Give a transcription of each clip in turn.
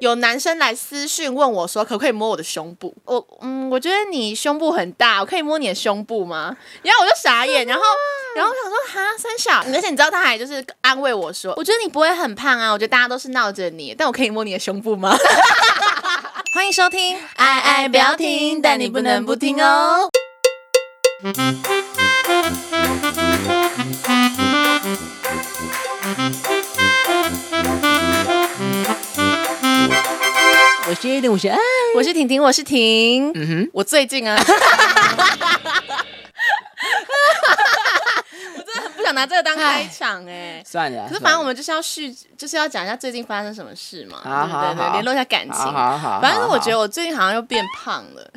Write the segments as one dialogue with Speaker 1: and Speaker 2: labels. Speaker 1: 有男生来私讯问我说，可不可以摸我的胸部？我嗯，我觉得你胸部很大，我可以摸你的胸部吗？然后我就傻眼，然后然后我想说哈三小，而且你知道他还就是安慰我说，我觉得你不会很胖啊，我觉得大家都是闹着你，但我可以摸你的胸部吗？
Speaker 2: 欢迎收听，
Speaker 1: 爱爱不要听，但你不能不听哦。
Speaker 2: 我是 A 点，我是爱。
Speaker 1: 我哎是婷婷，我是婷，
Speaker 2: 嗯哼，
Speaker 1: 我最近 啊， 我真的很不想拿这个当开场哎、
Speaker 2: 算了，
Speaker 1: 可是反正我
Speaker 2: 们
Speaker 1: 们就是要续，就是要讲一下最近发生什么事嘛，
Speaker 2: 好
Speaker 1: 对不对
Speaker 2: 好
Speaker 1: 对？
Speaker 2: 好
Speaker 1: 联络一下感情。
Speaker 2: 好好好，
Speaker 1: 反正我觉得
Speaker 2: 得
Speaker 1: 我最近好像又变胖 了，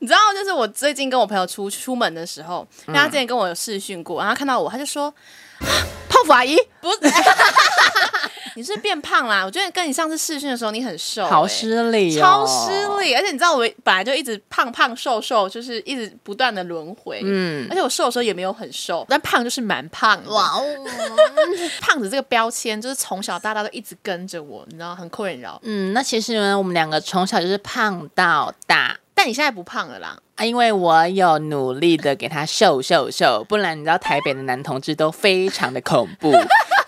Speaker 1: 你知道，就是我最近跟我朋友出出门的时候，因
Speaker 2: 嗯
Speaker 1: 为他之前跟我有视讯过，然后他看到我，他就说：“ 啊泡芙阿姨，不是， 你是变胖啦？我觉得跟你上次视讯的时候你很瘦、欸，
Speaker 2: 好失礼哦，
Speaker 1: 超失。礼，而且你知道我本来就一直胖胖瘦瘦，就是一直不断的轮回。
Speaker 2: 嗯，
Speaker 1: 而且我瘦的时候也没有很瘦，但胖就是蛮胖的。
Speaker 2: 哇哦，
Speaker 1: 胖子这个标签就是从小到大都一直跟着我，你知道，很困扰。
Speaker 2: 嗯，那其实呢，我们两个从小就是胖到大。
Speaker 1: 但你现在不胖了啦，
Speaker 2: 啊，因为我有努力的给他瘦瘦瘦，不然你知道台北的男同志都非常的恐 怖，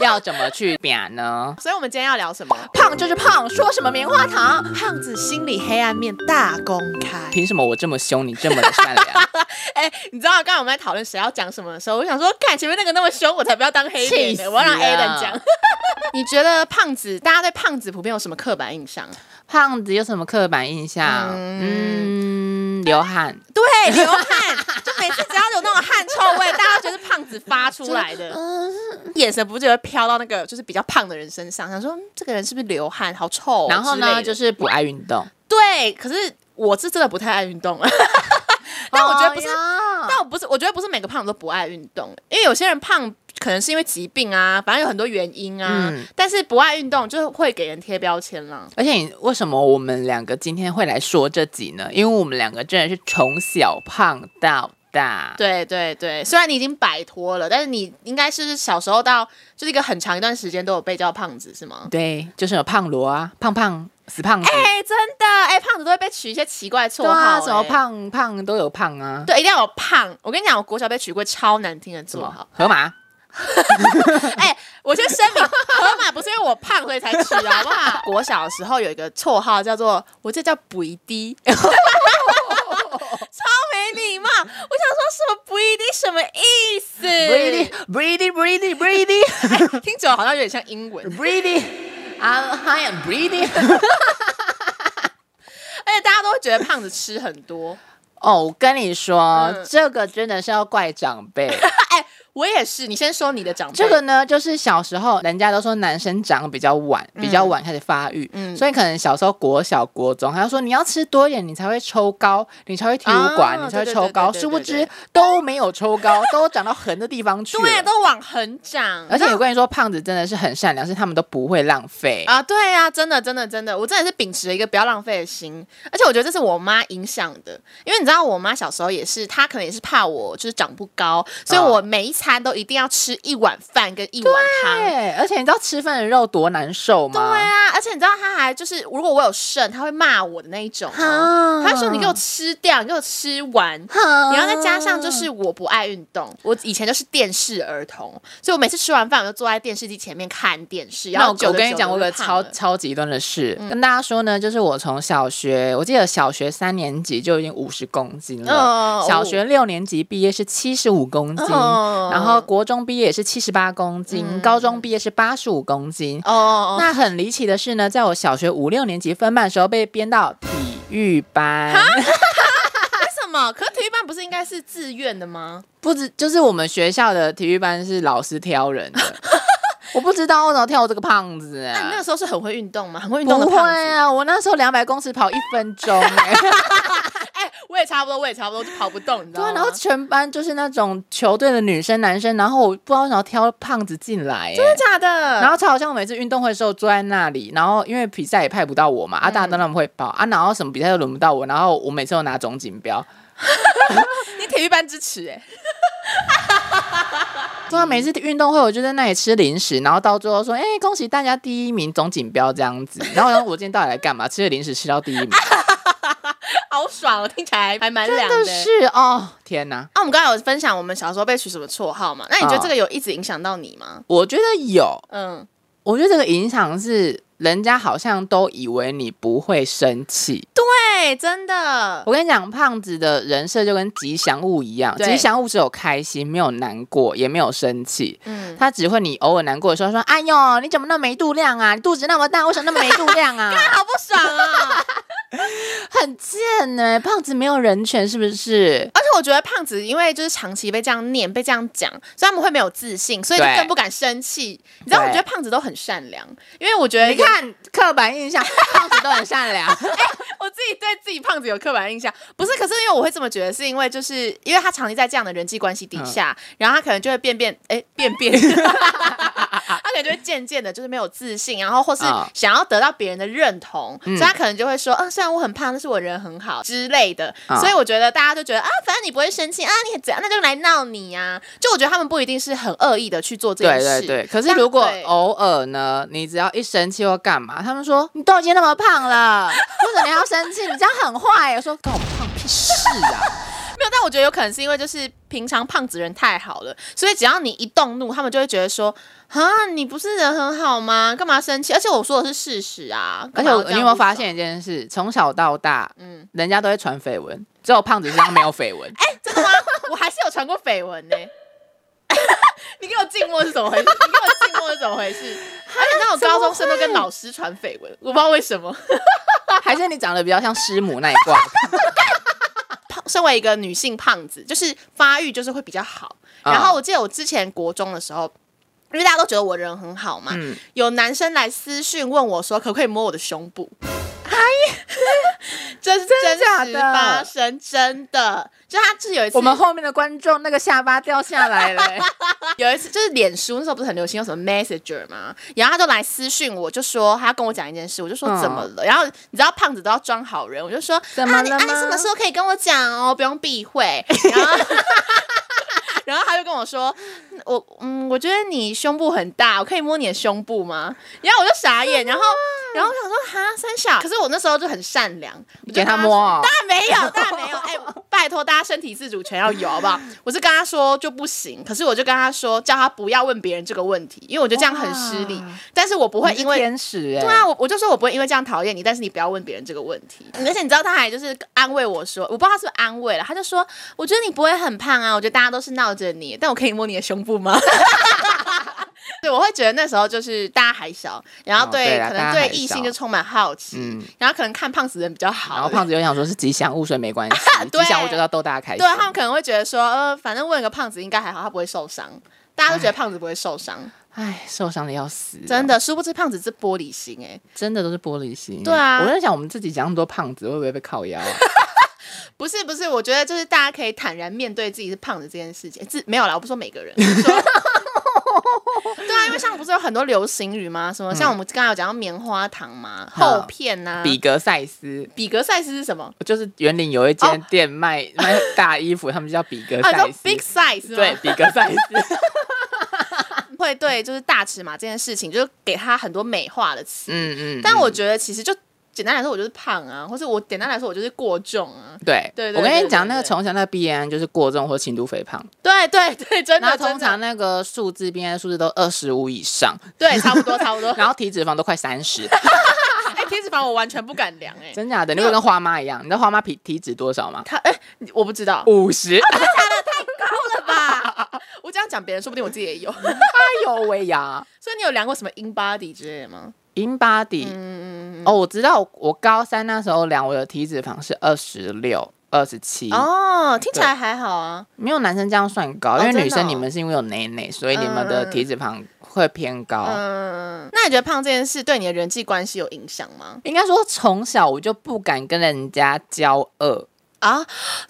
Speaker 2: 要怎么去表呢？
Speaker 1: 所以我们今天要聊什么？胖就是胖，说什么棉花糖？胖子心理黑暗面大公开。
Speaker 2: 凭什么我这么凶，你这么的善良？
Speaker 1: 哎、你知道刚才我们在讨论谁要讲什么的时候，我想说，看前面那个那么凶，我才不要当黑脸
Speaker 2: 气
Speaker 1: 呢，
Speaker 2: 死
Speaker 1: 我要让 A 人
Speaker 2: 了
Speaker 1: 讲。啊 你觉得胖子，大家对胖子普遍有什么刻板印象？
Speaker 2: 胖子有什么刻板印象？嗯，流汗。
Speaker 1: 对，流汗，就每次只要有那种汗臭味，大家觉得是胖子发出来的， 眼神不就会飘到那个就是比较胖的人身上，想说、嗯这个人是不是流汗，好臭哦、
Speaker 2: 然后
Speaker 1: 之类
Speaker 2: 呢，
Speaker 1: 的
Speaker 2: 就是不爱运动。
Speaker 1: 对，可是我是真的不太爱运动， 但我觉得不是，
Speaker 2: 哎
Speaker 1: 但我不是，我觉得不是每个胖子都不爱运动，因为有些人胖。可能是因为疾病啊，反正有很多原因啊。
Speaker 2: 嗯
Speaker 1: 但是不爱运动，就是会给人贴标签啦。
Speaker 2: 而且你为什么我们两个今天会来说这集呢？因为我们两个真的是从小胖到大。
Speaker 1: 对对对，虽然你已经摆脱了，但是你应该是小时候到就是一个很长一段时间都有被叫胖子，是吗？
Speaker 2: 对，就是有胖罗啊，胖胖死胖子。
Speaker 1: 哎、真的，哎、胖子都会被取一些奇怪绰
Speaker 2: 对
Speaker 1: 号、
Speaker 2: 啊，
Speaker 1: 哎
Speaker 2: 什么？胖胖都有胖啊。
Speaker 1: 对，一定要有胖。我跟你讲，我国小被取过超难听的绰
Speaker 2: 什
Speaker 1: 号
Speaker 2: 么。河马？
Speaker 1: 哎、我先声明，河马不是因为我胖所以才取的，好不好？ 国小的时候有一个绰号叫做，我这叫“不一滴”， 超没礼貌。我想说什么“不一滴”什么意思
Speaker 2: breathy breathy breathy breathy
Speaker 1: 听久了好像有点像英文。
Speaker 2: breathy。I'm high and breathing。
Speaker 1: 而且大家都会觉得胖子吃很多。
Speaker 2: 哦，我跟你说
Speaker 1: 嗯，
Speaker 2: 这个真的是要怪长辈。
Speaker 1: 哎、我也是，你先说你的长辈。
Speaker 2: 这个呢，就是小时候人家都说男生长比较晚，比较晚开始发育，
Speaker 1: 嗯
Speaker 2: 所以可能小时候国小、国中，他就说你要吃多一点，你才会抽高，你才会体育馆，
Speaker 1: 啊
Speaker 2: 你才会
Speaker 1: 对对
Speaker 2: 抽高。
Speaker 1: 对对对
Speaker 2: 殊不
Speaker 1: 对
Speaker 2: 知
Speaker 1: 对
Speaker 2: 都没有抽高，都长到横的地方去
Speaker 1: 对，
Speaker 2: 了。
Speaker 1: 都往横长，
Speaker 2: 而且我跟你说，胖子真的是很善良，是他们都不会浪费。
Speaker 1: 啊，对啊，真的，真的，真的，我真的是秉持了一个不要浪费的心，而且我觉得这是我妈影响的，因为你知道我妈小时候也是，她可能也是怕我就是长不高，所以
Speaker 2: 啊
Speaker 1: 我每一餐都一定要吃一碗饭跟一碗汤。
Speaker 2: 对，而且你知道吃饭的肉多难受吗？
Speaker 1: 对啊，而且你知道她还就是，如果我有剩，她会骂我的那一种、啊，
Speaker 2: 啊
Speaker 1: 她说你给我吃掉，你给我吃完，然后再加上就是我不爱运动，我以前就是电视儿童，所以我每次吃完饭我就坐在电视机前面看电视。然
Speaker 2: 那
Speaker 1: 后
Speaker 2: 我我跟你讲，我有
Speaker 1: 个
Speaker 2: 个超超级端的事，
Speaker 1: 嗯
Speaker 2: 跟大家说呢，就是我从小学，我记得小学三年级就已经五十公斤了，
Speaker 1: 嗯
Speaker 2: 小学六年级毕业是七十五公斤，
Speaker 1: 嗯
Speaker 2: 然后国中毕业也是七十八公斤，高中毕业是八十五公斤。
Speaker 1: 哦哦，
Speaker 2: 那很离奇的是呢，在我小学五六年级分班的时候被编到体育班，
Speaker 1: 为什么？可是体育班不是应该是自愿的吗？
Speaker 2: 不止就是我们学校的体育班是老师挑人的， 我不知道为什么挑我这个胖子、啊。
Speaker 1: 那你那个时候是很会运动吗？很会运动的
Speaker 2: 不
Speaker 1: 胖
Speaker 2: 会
Speaker 1: 子？
Speaker 2: 啊，我那时候两百公尺跑一分钟、欸，
Speaker 1: 哎，我也差不多，我也差不多，就跑不动，你知
Speaker 2: 对
Speaker 1: 道吗？
Speaker 2: 啊，然后全班就是那种球队的女生、男生，然后我不知道为什么挑胖子进来、欸，
Speaker 1: 真的假的？
Speaker 2: 然后超好像我每次运动会的时候坐在那里，然后因为比赛也派不到我嘛，啊，大家都那么会跑、啊，然后什么比赛都轮不到我，然后我每次都拿总锦标，
Speaker 1: 欸你体育班支持哎、
Speaker 2: 对啊，每次运动会我就在那里吃零食，然后到最后说，哎、恭喜大家第一名总锦标这样 子。然后我想说我今天到底来干嘛？吃了零食吃到第一名，
Speaker 1: 好爽哦，听起来还蛮
Speaker 2: 啊真
Speaker 1: 凉
Speaker 2: 的
Speaker 1: 的。
Speaker 2: 是哦，天哪！
Speaker 1: 啊，我们刚才有分享我们小时候被取什么绰号嘛？那你觉得这个有一直影响到你吗？
Speaker 2: 我觉得有，
Speaker 1: 啊嗯，
Speaker 2: 我觉得这个影响是人家好像都以为你不会生气，
Speaker 1: 对，真的，
Speaker 2: 我跟你讲，胖子的人设就跟吉祥物一样，
Speaker 1: 对
Speaker 2: 吉祥物只有开心，没有难过，也没有生气。
Speaker 1: 嗯，
Speaker 2: 他只会你偶尔难过的时候说：“哎呦，你怎么那么没度量啊？你肚子那么大，为什么那么没度量啊
Speaker 1: 好不爽啊！？”
Speaker 2: 很贱呢、欸胖子没有人权是不是？
Speaker 1: 而且我觉得胖子因为就是长期被这样念、被这样讲，所以他们会没有自信，所以就
Speaker 2: 对
Speaker 1: 更不敢生气。你知道，我
Speaker 2: 对
Speaker 1: 觉得胖子都很善良，因为我觉得
Speaker 2: 你看刻板印象，胖子都很善良。
Speaker 1: 我自己对自己胖子有刻板印象，不是？可是因为我会这么觉得，是因为就是因为他长期在这样的人际关系
Speaker 2: 嗯
Speaker 1: 底下，然后他可能就会变变，哎、变变。 他可能就会渐渐的，就是没有自信，然后或是
Speaker 2: 嗯
Speaker 1: 想要得到别人的认同，
Speaker 2: 嗯
Speaker 1: 所以他可能就会说，嗯，虽然我很胖，但是我人很好之类的。
Speaker 2: 嗯
Speaker 1: 所以我觉得大家就觉得啊，反正你不会生气啊，你怎样，那就来闹你啊。就我觉得他们不一定是很恶意的去做这件
Speaker 2: 对
Speaker 1: 事，
Speaker 2: 对对，可是
Speaker 1: 但
Speaker 2: 如果
Speaker 1: 对
Speaker 2: 偶尔呢，你只要一生气或干嘛，他们说你都已经那么胖了， 为什么你还要生气？你这样很坏、啊我说跟我胖屁事啊！
Speaker 1: 没有，但我觉得有可能是因为就是平常胖子人太好了，所以只要你一动怒，他们就会觉得说啊，你不是人很好吗？干嘛生气？而且我说的是事实啊。干
Speaker 2: 而
Speaker 1: 嘛
Speaker 2: 且
Speaker 1: 要
Speaker 2: 我
Speaker 1: 这
Speaker 2: 你
Speaker 1: 样
Speaker 2: 有没有
Speaker 1: 不
Speaker 2: 发
Speaker 1: 爽？
Speaker 2: 现一件事？从小到大，
Speaker 1: 嗯，
Speaker 2: 人家都会传绯闻，只有胖子身上没有绯 闻。
Speaker 1: 真的吗？我还是有传过绯闻呢。 你给我静默是怎么回事？你给我静默是怎么回 事？而且那种高中生都跟老师传绯闻，我不知道为什么。
Speaker 2: 还是你长得比较像师母那一 挂？
Speaker 1: 胖，身为一个女性胖子，就是发育就是会比较好。
Speaker 2: 啊
Speaker 1: 然后我记得我之前国中的时候，因为大家都觉得我人很好嘛，
Speaker 2: 嗯
Speaker 1: 有男生来私讯问我说，可不可以摸我的胸部？哎，这是 真
Speaker 2: 假
Speaker 1: 实
Speaker 2: 的
Speaker 1: 发生，真的。就他就是有一次，
Speaker 2: 我们后面的观众那个下巴掉下来 了、欸
Speaker 1: 有一次就是脸书那时候不是很流行用什么 Messenger 吗？然后他就来私讯我，就说他要跟我讲一件事，我就说
Speaker 2: 嗯
Speaker 1: 怎么了？然后你知道胖子都要装好人，我就说
Speaker 2: 怎么
Speaker 1: 啊你
Speaker 2: 了
Speaker 1: 啊你
Speaker 2: 吗
Speaker 1: 什么时候可以跟我讲哦？不用避讳。然后 然后他就跟我说，我嗯，我觉得你胸部很大，我可以摸你的胸部吗？然后我就傻眼，然后然后我想说哈三小，可是我那时候就很善良，我
Speaker 2: 你
Speaker 1: 就
Speaker 2: 给他
Speaker 1: 跟说
Speaker 2: 摸、哦
Speaker 1: 当，然没 有，当然没有。哎、拜托大家身体自主权要有，好不好？我是跟他说就不行，可是我就跟他说，叫他不要问别人这个问题，因为我觉得这样很失礼
Speaker 2: 哇。
Speaker 1: 但是我不
Speaker 2: 不
Speaker 1: 会因为。
Speaker 2: 天使哎、
Speaker 1: 对啊，我我就说我不会因为这样讨厌你，但是你不要问别人这个问题。而且你知道，他还就是安慰我说，我不知道他是不是安慰了，他就说，我觉得你不会很胖啊，我觉得大家都是闹着你，但我可以摸你的胸部 吗？对，我会觉得那时候就是大家还小，然后
Speaker 2: 哦
Speaker 1: 对,、啊可
Speaker 2: 对啦大
Speaker 1: 能
Speaker 2: 家
Speaker 1: 对
Speaker 2: 还
Speaker 1: 异
Speaker 2: 小
Speaker 1: 性就充满好奇，
Speaker 2: 嗯
Speaker 1: 然后可能看胖子人比较好，。
Speaker 2: 然后胖子又想说是吉祥物，所以没关 系
Speaker 1: 对
Speaker 2: 吉祥物就是要逗大家开心。
Speaker 1: 对他们可能会觉得说，呃，反正问个胖子应该还好，他不会受伤。大家
Speaker 2: 哎
Speaker 1: 都觉得胖子不会受伤，
Speaker 2: 唉，受伤的要死，
Speaker 1: 真的，殊不知胖子是玻璃心哎、
Speaker 2: 真的都是玻璃心。
Speaker 1: 对啊
Speaker 2: 我在想我们自己讲那么多胖子，会不会被靠腰啊？
Speaker 1: 不是不是，我觉得就是大家可以坦然面对自己是胖子这件事情，欸自没有啦，我不说每个人，我 说对啊，因为像不是有很多流行语吗？什么
Speaker 2: 嗯
Speaker 1: 像我们刚才有讲到棉花糖嘛，
Speaker 2: 好
Speaker 1: 厚片呐、
Speaker 2: 嗯比格赛斯。
Speaker 1: 比格赛斯是什么？
Speaker 2: 就是园林有一间
Speaker 1: 哦
Speaker 2: 店卖、 卖大衣服，他们就叫比格
Speaker 1: 啊，叫
Speaker 2: 赛斯。
Speaker 1: big size 吗
Speaker 2: 对，比格 赛斯。
Speaker 1: 会对就是大尺码这件事情，就是给他很多美化的词。
Speaker 2: 嗯嗯。
Speaker 1: 但
Speaker 2: 嗯
Speaker 1: 我觉得其实就简单来说，我就是胖啊，或是我简单来说我就是过重啊。
Speaker 2: 对，
Speaker 1: 对对
Speaker 2: 我
Speaker 1: 对
Speaker 2: 跟
Speaker 1: 对
Speaker 2: 你讲，那个
Speaker 1: 对
Speaker 2: 从小那个必然就是过重或轻度肥胖，
Speaker 1: 对对对，真
Speaker 2: 那
Speaker 1: 的，
Speaker 2: 通
Speaker 1: 真的
Speaker 2: 常那个数字必然数字都二十五以上，
Speaker 1: 对，差不多差不 多。
Speaker 2: 然后体脂肪都快三 十，
Speaker 1: 哎，体脂肪我完全不敢量哎，
Speaker 2: 真假的？你会跟花妈一样？你知道花妈体体脂多少吗？
Speaker 1: 他哎，我不知道，
Speaker 2: 五十，
Speaker 1: 啊
Speaker 2: 哎
Speaker 1: 真的吧？我这样讲别人，说不定我自己 也有。
Speaker 2: 呦喂呀
Speaker 1: 所以你有量过什么 in body 之类的吗？
Speaker 2: ！In body，
Speaker 1: 嗯嗯
Speaker 2: 哦，我知道，我高三那时候量我的体脂肪是二十六、二十七
Speaker 1: 嗯。，哦，听起来还好啊。
Speaker 2: 没有男生这样算高，
Speaker 1: 哦
Speaker 2: 因为
Speaker 1: 真
Speaker 2: 女
Speaker 1: 的哦
Speaker 2: 生你们是因为有奶奶，所以你们
Speaker 1: 嗯嗯
Speaker 2: 的
Speaker 1: 嗯
Speaker 2: 体脂肪会偏高。
Speaker 1: 嗯，那你觉得胖这件事对你的人际关系有影响吗？
Speaker 2: 应该说，从小我就不敢跟人家交恶，
Speaker 1: 啊，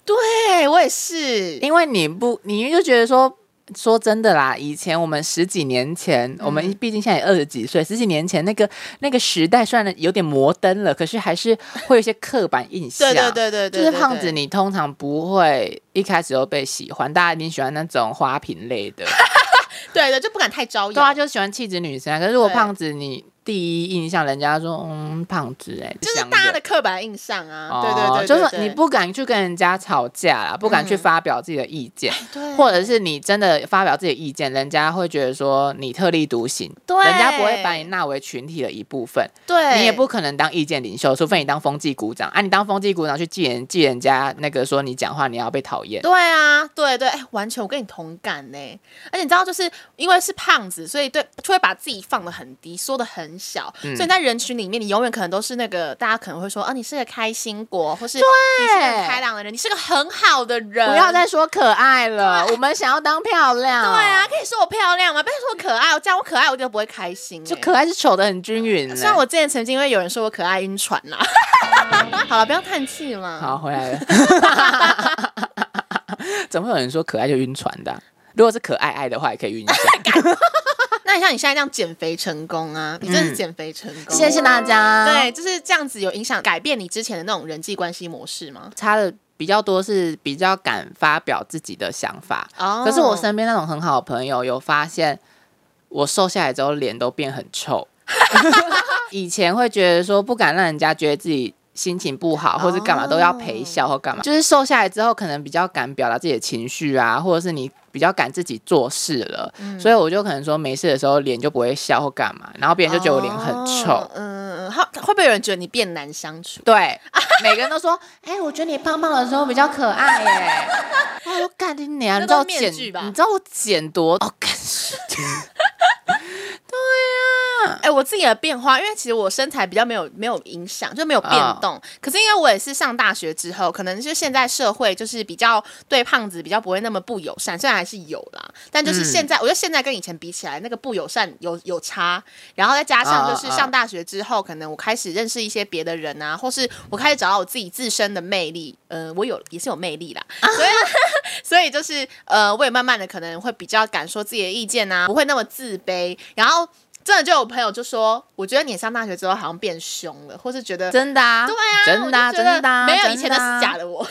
Speaker 1: 对我也是。
Speaker 2: 因为你不，你就觉得说，说真的啦，以前我们十几年前，我
Speaker 1: 嗯
Speaker 2: 们毕竟现在也二十几岁，十几年前那个那个时代，虽然有点摩登了，可是还是会有一些刻板印象。
Speaker 1: 对对对对对，
Speaker 2: 就是胖
Speaker 1: 对
Speaker 2: 子，。你通常不会一开始就被喜欢，大家一定喜欢那种花瓶类的，
Speaker 1: 对对，就不敢太招
Speaker 2: 对啊，
Speaker 1: 摇。
Speaker 2: 就喜欢气质女生啊。可是如果
Speaker 1: 对
Speaker 2: 胖子，你第一印象人家说嗯胖子哎、欸，
Speaker 1: 就是
Speaker 2: 香
Speaker 1: 大家的刻板印象啊，对对
Speaker 2: 哦
Speaker 1: 对对
Speaker 2: 就
Speaker 1: 对
Speaker 2: 是说你不敢去跟人家吵架啦，不敢去
Speaker 1: 嗯
Speaker 2: 发表自己的意见，
Speaker 1: 对，
Speaker 2: 或者是你真的发表自己的意见，人家会觉得说你特立独行，
Speaker 1: 对
Speaker 2: 人家不会把你纳为群体的一部分，
Speaker 1: 对，
Speaker 2: 你也不可能当意见领袖，除非你当风纪股长啊，你当风纪股长去记人记人家那个说你讲话你要被讨厌，
Speaker 1: 对啊，对对，哎，完全我跟你同感呢。而且你知道，就是因为是胖子，所以对就会把自己放得很低，缩得很小，
Speaker 2: 嗯
Speaker 1: 所以在人群里面，你永远可能都是那个大家可能会说，啊，你是个开心果，或是你是个很开朗的人，你是个很好的人。
Speaker 2: 不要再说可爱了，我们想要当漂亮，
Speaker 1: 啊对啊，，可以说我漂亮吗？不要说我可爱，我这样我可爱，我就不会开心。
Speaker 2: 就可。爱是丑的很均匀欸，
Speaker 1: 虽然我之前曾经因为有人说我可爱晕船啦， 好了，不要叹气嘛。
Speaker 2: 嗯好，回来了。 怎么会有人说可爱就晕船的啊、如果是可爱爱的话，也可以 晕船。
Speaker 1: 那你像你现在这样减肥成功啊，你真的是减肥成功，
Speaker 2: 嗯谢谢大家。，
Speaker 1: 对，就是这样子，有影响改变你之前的那种人际关系模式吗？
Speaker 2: 差的比较多是比较敢发表自己的想法。
Speaker 1: 哦
Speaker 2: 可是我身边那种很好的朋友，有发现我瘦下来之后脸都变很臭。 以前会觉得说不敢让人家觉得自己心情不好，或是干嘛都要陪笑或干嘛。就是瘦下来之后，可能比较敢表达自己的情绪啊，或者是你比较敢自己做事了。所以我就可能说没事的时候脸就不会笑或干嘛，然后别人就觉得我脸很臭。
Speaker 1: 哦嗯，好，会不会有人觉得你变难相处？
Speaker 2: 对，每个人都说，哎、我觉得你胖胖的时候比较可爱耶。我说干你娘！
Speaker 1: 那
Speaker 2: 你知道
Speaker 1: 都
Speaker 2: 我
Speaker 1: 面
Speaker 2: 减，
Speaker 1: 具吧
Speaker 2: 你知道我减多？哦，干是。
Speaker 1: 哎、我自己的变化，因为其实我身材比较没有没有影响，就没有变动。可是因为我也是上大学之后，可能就现在社会就是比较对胖子比较不会那么不友善，虽然还是有啦，但就是现在，我觉得现在跟以前比起来，那个不友善有有差。然后再加上就是
Speaker 2: 啊啊啊
Speaker 1: 上大学之后，可能我开始认识一些别的人啊，或是我开始找到我自己自身的魅力。呃，我有也是有魅力啦，所以所以就是呃，我也慢慢的可能会比较敢说自己的意见啊，不会那么自卑。然后真的就有朋友就说，我觉得你上大学之后好像变凶了，或是觉得
Speaker 2: 真的啊，
Speaker 1: 对啊，
Speaker 2: 真的啊、
Speaker 1: 我就觉
Speaker 2: 真
Speaker 1: 得
Speaker 2: 的啊、
Speaker 1: 没有以前的
Speaker 2: 的
Speaker 1: 是
Speaker 2: 啊
Speaker 1: 假，的我。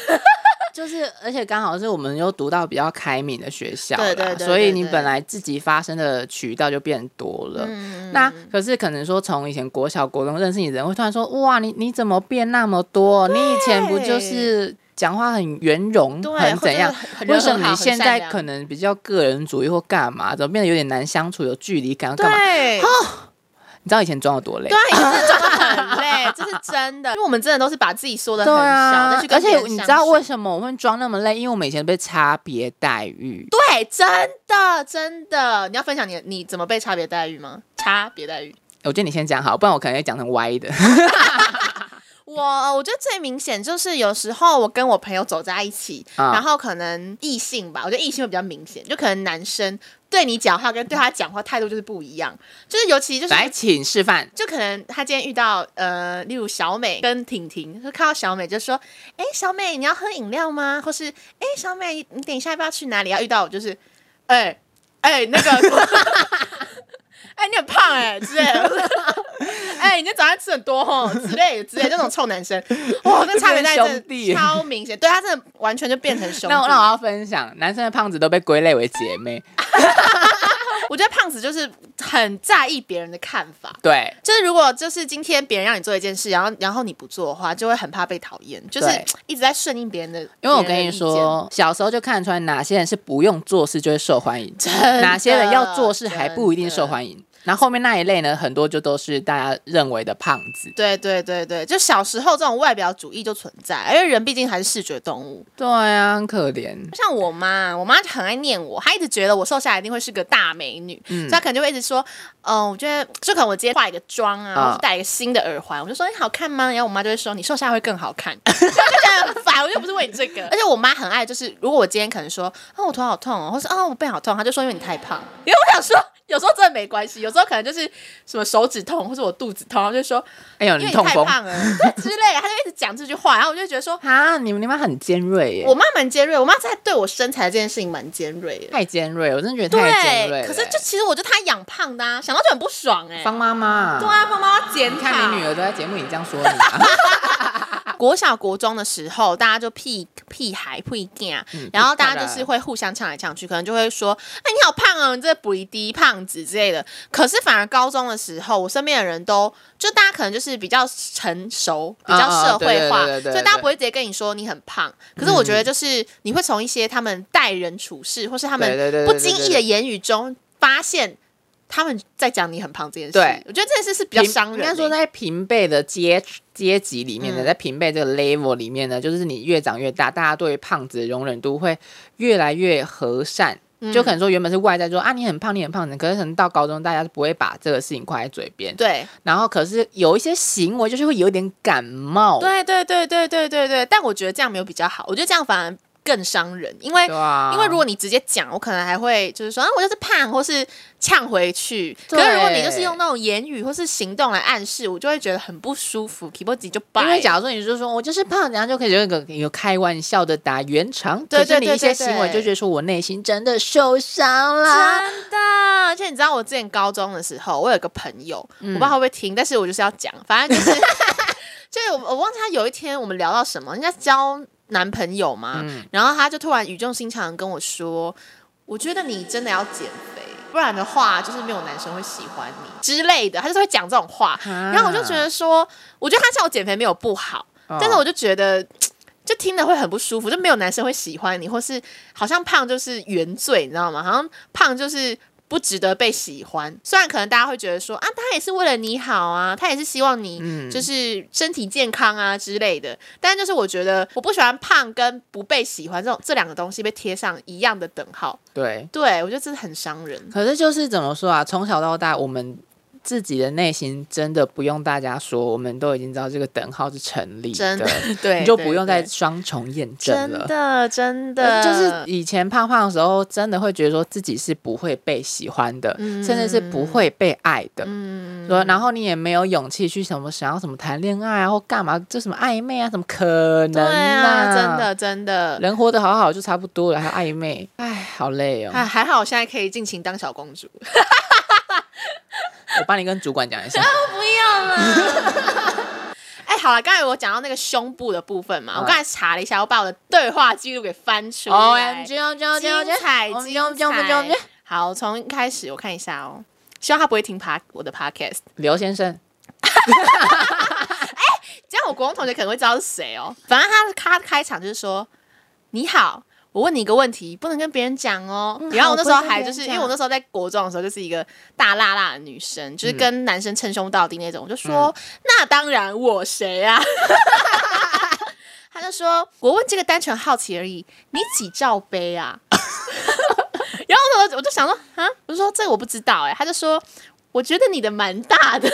Speaker 2: 就是而且刚好是我们又读到比较开明的学校啦，
Speaker 1: 对对对
Speaker 2: 所
Speaker 1: 对
Speaker 2: 以你
Speaker 1: 对
Speaker 2: 本来自己发声的渠道就变多了。
Speaker 1: 啊
Speaker 2: 那可是可能说，从以前国小、国中认识你的人，会突然说：“哇，你你怎么变那么多？你以前不就是讲话很圆融，
Speaker 1: 嗯对
Speaker 2: 很
Speaker 1: 或者
Speaker 2: 怎样？
Speaker 1: 很人
Speaker 2: 为什
Speaker 1: 啊很
Speaker 2: 么
Speaker 1: 好
Speaker 2: 你
Speaker 1: 很
Speaker 2: 现
Speaker 1: 善
Speaker 2: 在
Speaker 1: 良
Speaker 2: 可能比较个人主义或干嘛，怎么变得有点难相处，有距离感，干嘛？
Speaker 1: 对，
Speaker 2: 你知道以前装有多 累？
Speaker 1: 对啊，以前真的很累，这是真的，因为我们真的都是把自己说的很
Speaker 2: 对
Speaker 1: 小，
Speaker 2: 啊
Speaker 1: 再去，跟
Speaker 2: 而
Speaker 1: 别
Speaker 2: 且
Speaker 1: 人
Speaker 2: 你知
Speaker 1: 相
Speaker 2: 道
Speaker 1: 处
Speaker 2: 为什么我会装那么累？因为我们以前被差别待遇。
Speaker 1: 对，真的真的，你要分享你你怎么被差别待遇吗？差别待遇，
Speaker 2: 我觉得你先讲好，不然我可能会讲成歪的。
Speaker 1: 我我觉得最明显就是有时候我跟我朋友走在一起，
Speaker 2: 啊
Speaker 1: 然后可能异性吧，我觉得异性会比较明显，就可能男生对你讲话跟对他讲话态度就是不一样，就是尤其就是
Speaker 2: 来，请示范。
Speaker 1: 就可能他今天遇到呃，例如小美跟婷婷，就看到小美就说：“哎、小美，你要喝饮料吗？”或是“哎、小美，你等一下要不要去哪里？”要遇到我就是“哎、哎、那个，哎、你很胖哎、之类的， 哎、你今天早上吃很多哦之类的之类的，那种臭男生，哇，那差别待遇
Speaker 2: 就变兄
Speaker 1: 真
Speaker 2: 弟
Speaker 1: 的超明显，对他真的完全就变成兄弟。
Speaker 2: 那我那我要分享，男生的胖子都被归类为姐妹，
Speaker 1: 我觉得胖子就是很在意别人的看法，
Speaker 2: 对，
Speaker 1: 就是如果就是今天别人让你做一件事，然后然后你不做的话，就会很怕被讨厌，就是
Speaker 2: 对
Speaker 1: 一直在顺应别人的。
Speaker 2: 因为我
Speaker 1: 别人
Speaker 2: 跟
Speaker 1: 的
Speaker 2: 你
Speaker 1: 意
Speaker 2: 说，小时候就看得出来哪些人是不用做事就会受欢迎，
Speaker 1: 见，
Speaker 2: 哪些人要做事还不一定受
Speaker 1: 迎。
Speaker 2: 欢迎。然后后面那一类呢，很多就都是大家认为的胖子。
Speaker 1: 对对对对，就小时候这种外表主义就存在，因为人毕竟还是视觉动物。
Speaker 2: 对啊，很可怜。
Speaker 1: 像我妈，我妈就很爱念我，她一直觉得我瘦下来一定会是个大美女，所以她可能就会一直说，嗯、我觉得就可能我今天化一个妆啊，
Speaker 2: 啊
Speaker 1: 或是戴一个新的耳环，我就说你好看吗？然后我妈就会说你瘦下来会更好看， 我就觉得很烦，我又不是为你这 个。而且我妈很爱，就是如果我今天可能说，哦我头好痛哦，或是哦我背好痛，她就说因为你太胖，因为我想说。有时候真的没关系，有时候可能就是什么手指痛，或者我肚子痛，然后就说
Speaker 2: 哎呦，
Speaker 1: 因
Speaker 2: 你
Speaker 1: 为你
Speaker 2: 痛
Speaker 1: 太
Speaker 2: 风
Speaker 1: 胖了对之类的，她就一直讲这句话，然后我就觉得说，
Speaker 2: 啊？你们你们很尖锐耶
Speaker 1: 我，妈蛮尖锐，我妈在对我身材这件事情蛮尖锐的。
Speaker 2: 太尖锐，我真的觉得太尖锐
Speaker 1: 对，
Speaker 2: 了。
Speaker 1: 可是就其实我觉得她养胖的啊，想到就很不爽哎、
Speaker 2: 方妈妈，
Speaker 1: 对啊，方妈妈检
Speaker 2: 你
Speaker 1: 讨。
Speaker 2: 看你女儿都在节目里这样说你啊，
Speaker 1: 国小国中的时候，大家就屁屁孩屁 g
Speaker 2: 嗯
Speaker 1: 然后大家就是会互相呛来呛去，可能就会说：“哎，你好胖哦，你这不一滴胖子之类的。”可是反而高中的时候，我身边的人都就大家可能就是比较成熟，比较社会化，
Speaker 2: 啊啊对对对对对对
Speaker 1: 所以大家不会直接跟你说你很胖。可是我觉得就是你会从一些他们待人处事，或是他
Speaker 2: 对对
Speaker 1: 们
Speaker 2: 对对
Speaker 1: 不
Speaker 2: 对对
Speaker 1: 经意的言语中发现。他们在讲你很胖这件事，
Speaker 2: 对
Speaker 1: 我觉得这件事是比较
Speaker 2: 平
Speaker 1: 伤人、
Speaker 2: 应该说，
Speaker 1: 欸
Speaker 2: 在平辈的阶阶级里面呢，
Speaker 1: 嗯
Speaker 2: 在平辈这个 level 里面呢，就是你越长越大，大家对于胖子的容忍度会越来越和善。就
Speaker 1: 嗯
Speaker 2: 可能说原本是外在说啊你很胖你很胖，可是可能到高中大家是不会把这个事情挂在嘴边。
Speaker 1: 对，
Speaker 2: 然后可是有一些行为就是会有点感冒。
Speaker 1: 对对对对对对对，但我觉得这样没有比较好，我觉得这样反而更伤人，因为、
Speaker 2: 对啊，
Speaker 1: 因为如果你直接讲，我可能还会就是说啊，我就是胖，或是呛回去。可
Speaker 2: 对
Speaker 1: 是如果你就是用那种言语或是行动来暗示，我就会觉得很不舒服 k e y b o a r d 就
Speaker 2: 因为
Speaker 1: 掰。
Speaker 2: 假如说你就说我就是胖，然后就可以有一个有开玩笑的打圆场，
Speaker 1: 对对
Speaker 2: 可是你
Speaker 1: 对
Speaker 2: 一些
Speaker 1: 对
Speaker 2: 行为
Speaker 1: 对
Speaker 2: 就觉得说我内心真的受伤啦。
Speaker 1: 真的，而且你知道我之前高中的时候，我有一个朋友，我不知道会不会听，但是我就是要讲，反正就是 就是我我忘记他有一天我们聊到什么，人家交男朋友嘛，然后他就突然语重心长地跟我说，我觉得你真的要减肥。不然的话，就是没有男生会喜欢你之类的，他就是会讲这种话。
Speaker 2: 啊
Speaker 1: 然后我就觉得说，我觉得他叫我减肥没有不好，
Speaker 2: 哦
Speaker 1: 但是我就觉得，就听的会很不舒服，就没有男生会喜欢你，或是好像胖就是原罪，你知道吗？好像胖就是不值得被喜欢。虽然可能大家会觉得说啊，他也是为了你好啊，他也是希望你
Speaker 2: 嗯
Speaker 1: 就是身体健康啊之类的，但就是我觉得我不喜欢胖跟不被喜欢这种这两个东西被贴上一样的等号，
Speaker 2: 对，
Speaker 1: 对我觉得这是很伤人。
Speaker 2: 可是就是怎么说啊？从小到大，我们自己的内心真的不用大家说，我们都已经知道这个等号是成立
Speaker 1: 真的
Speaker 2: 的，，
Speaker 1: 对，
Speaker 2: 你就
Speaker 1: 对
Speaker 2: 不用再
Speaker 1: 对
Speaker 2: 双重验证
Speaker 1: 真
Speaker 2: 了。
Speaker 1: 的真的
Speaker 2: 呃就是以前胖胖的时候，真的会觉得说自己是不会被喜欢的，
Speaker 1: 嗯
Speaker 2: 甚至是不会被爱的。嗯，说然后你也没有勇气去什么想要什么谈恋爱啊，或干嘛，就什么暧昧啊，怎么可
Speaker 1: 对
Speaker 2: 能
Speaker 1: 啊，
Speaker 2: 啊
Speaker 1: 真，的真的。
Speaker 2: 人活得好好就差不多了，还暧昧，哎，好累哦。
Speaker 1: 哎，还好我现在可以尽情当小公主。
Speaker 2: 我帮你跟主管讲 一下。
Speaker 1: 不要啦。 哎、好了，刚才我讲到那个胸部的部分嘛，
Speaker 2: 嗯
Speaker 1: 我刚才查了一下，我把我的对话记录给翻出来。
Speaker 2: 哦，精
Speaker 1: 精彩精彩
Speaker 2: 彩！！
Speaker 1: 好，从一开始我看一下哦，希望他不会听 p 我的 podcast，
Speaker 2: 刘先生，
Speaker 1: 这样我国中同学可能会知道是谁哦。反正他他开场就是说：“你好，我问你一个问题，不能跟别人讲哦。
Speaker 2: 嗯
Speaker 1: 然后我那时候
Speaker 2: 好不能
Speaker 1: 还就
Speaker 2: 跟别人
Speaker 1: 是
Speaker 2: 讲
Speaker 1: 因为我那时候在国中的时候就是一个大辣辣的女生，就是跟男生称兄道弟那种，我就
Speaker 2: 嗯
Speaker 1: 说：“那当然，我谁啊？” 他就说：“我问这个单纯好奇而已，你几罩杯啊？” 然后呢，我就想说：“啊，我就说这个我不知道哎、他就说：“我觉得你的蛮大的。”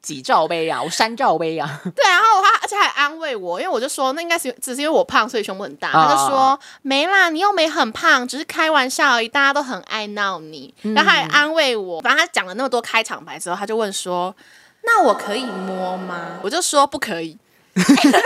Speaker 2: 几罩杯呀、我三罩杯啊呀、
Speaker 1: 对，然后他而且还安慰我，因为我就说那应该是只是因为我胖，所以胸部很大。
Speaker 2: 啊
Speaker 1: 他就说没啦，你又没很胖，只是开玩笑而已，大家都很爱闹你。
Speaker 2: 嗯
Speaker 1: 然后他还安慰我，反正他讲了那么多开场白之后，他就问说：“那我可以摸吗？”我就说不可 以。哎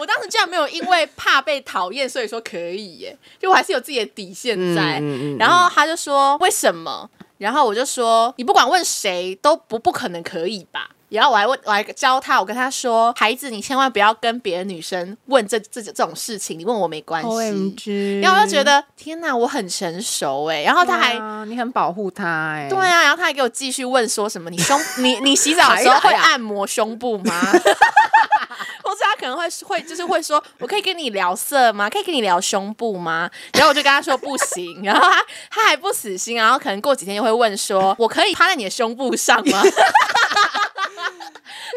Speaker 1: 我当时居然没有因为怕被讨厌，所以说可以耶，就我还是有自己的底线在。
Speaker 2: 嗯嗯嗯
Speaker 1: 然后他就说为什么？然后我就说你不管问谁都不不可能可以吧。然后我还问，我还教他，我跟他说，孩子，你千万不要跟别的女生问这这这种事情，你问我没关系。
Speaker 2: G！
Speaker 1: 然后我就觉得天哪，我很成熟哎。然后他还
Speaker 2: 哇你很保护他哎、
Speaker 1: 对啊，然后他还给我继续问说什么你 胸你你洗澡的时候会
Speaker 2: 哎呀
Speaker 1: 按摩胸部吗？ 或者他可能会会就是会说，我可以跟你聊色吗？可以跟你聊胸部吗？然后我就跟他说不行， 然后他他还不死心，然后可能过几天又会问说，我可以趴在你的胸部上吗？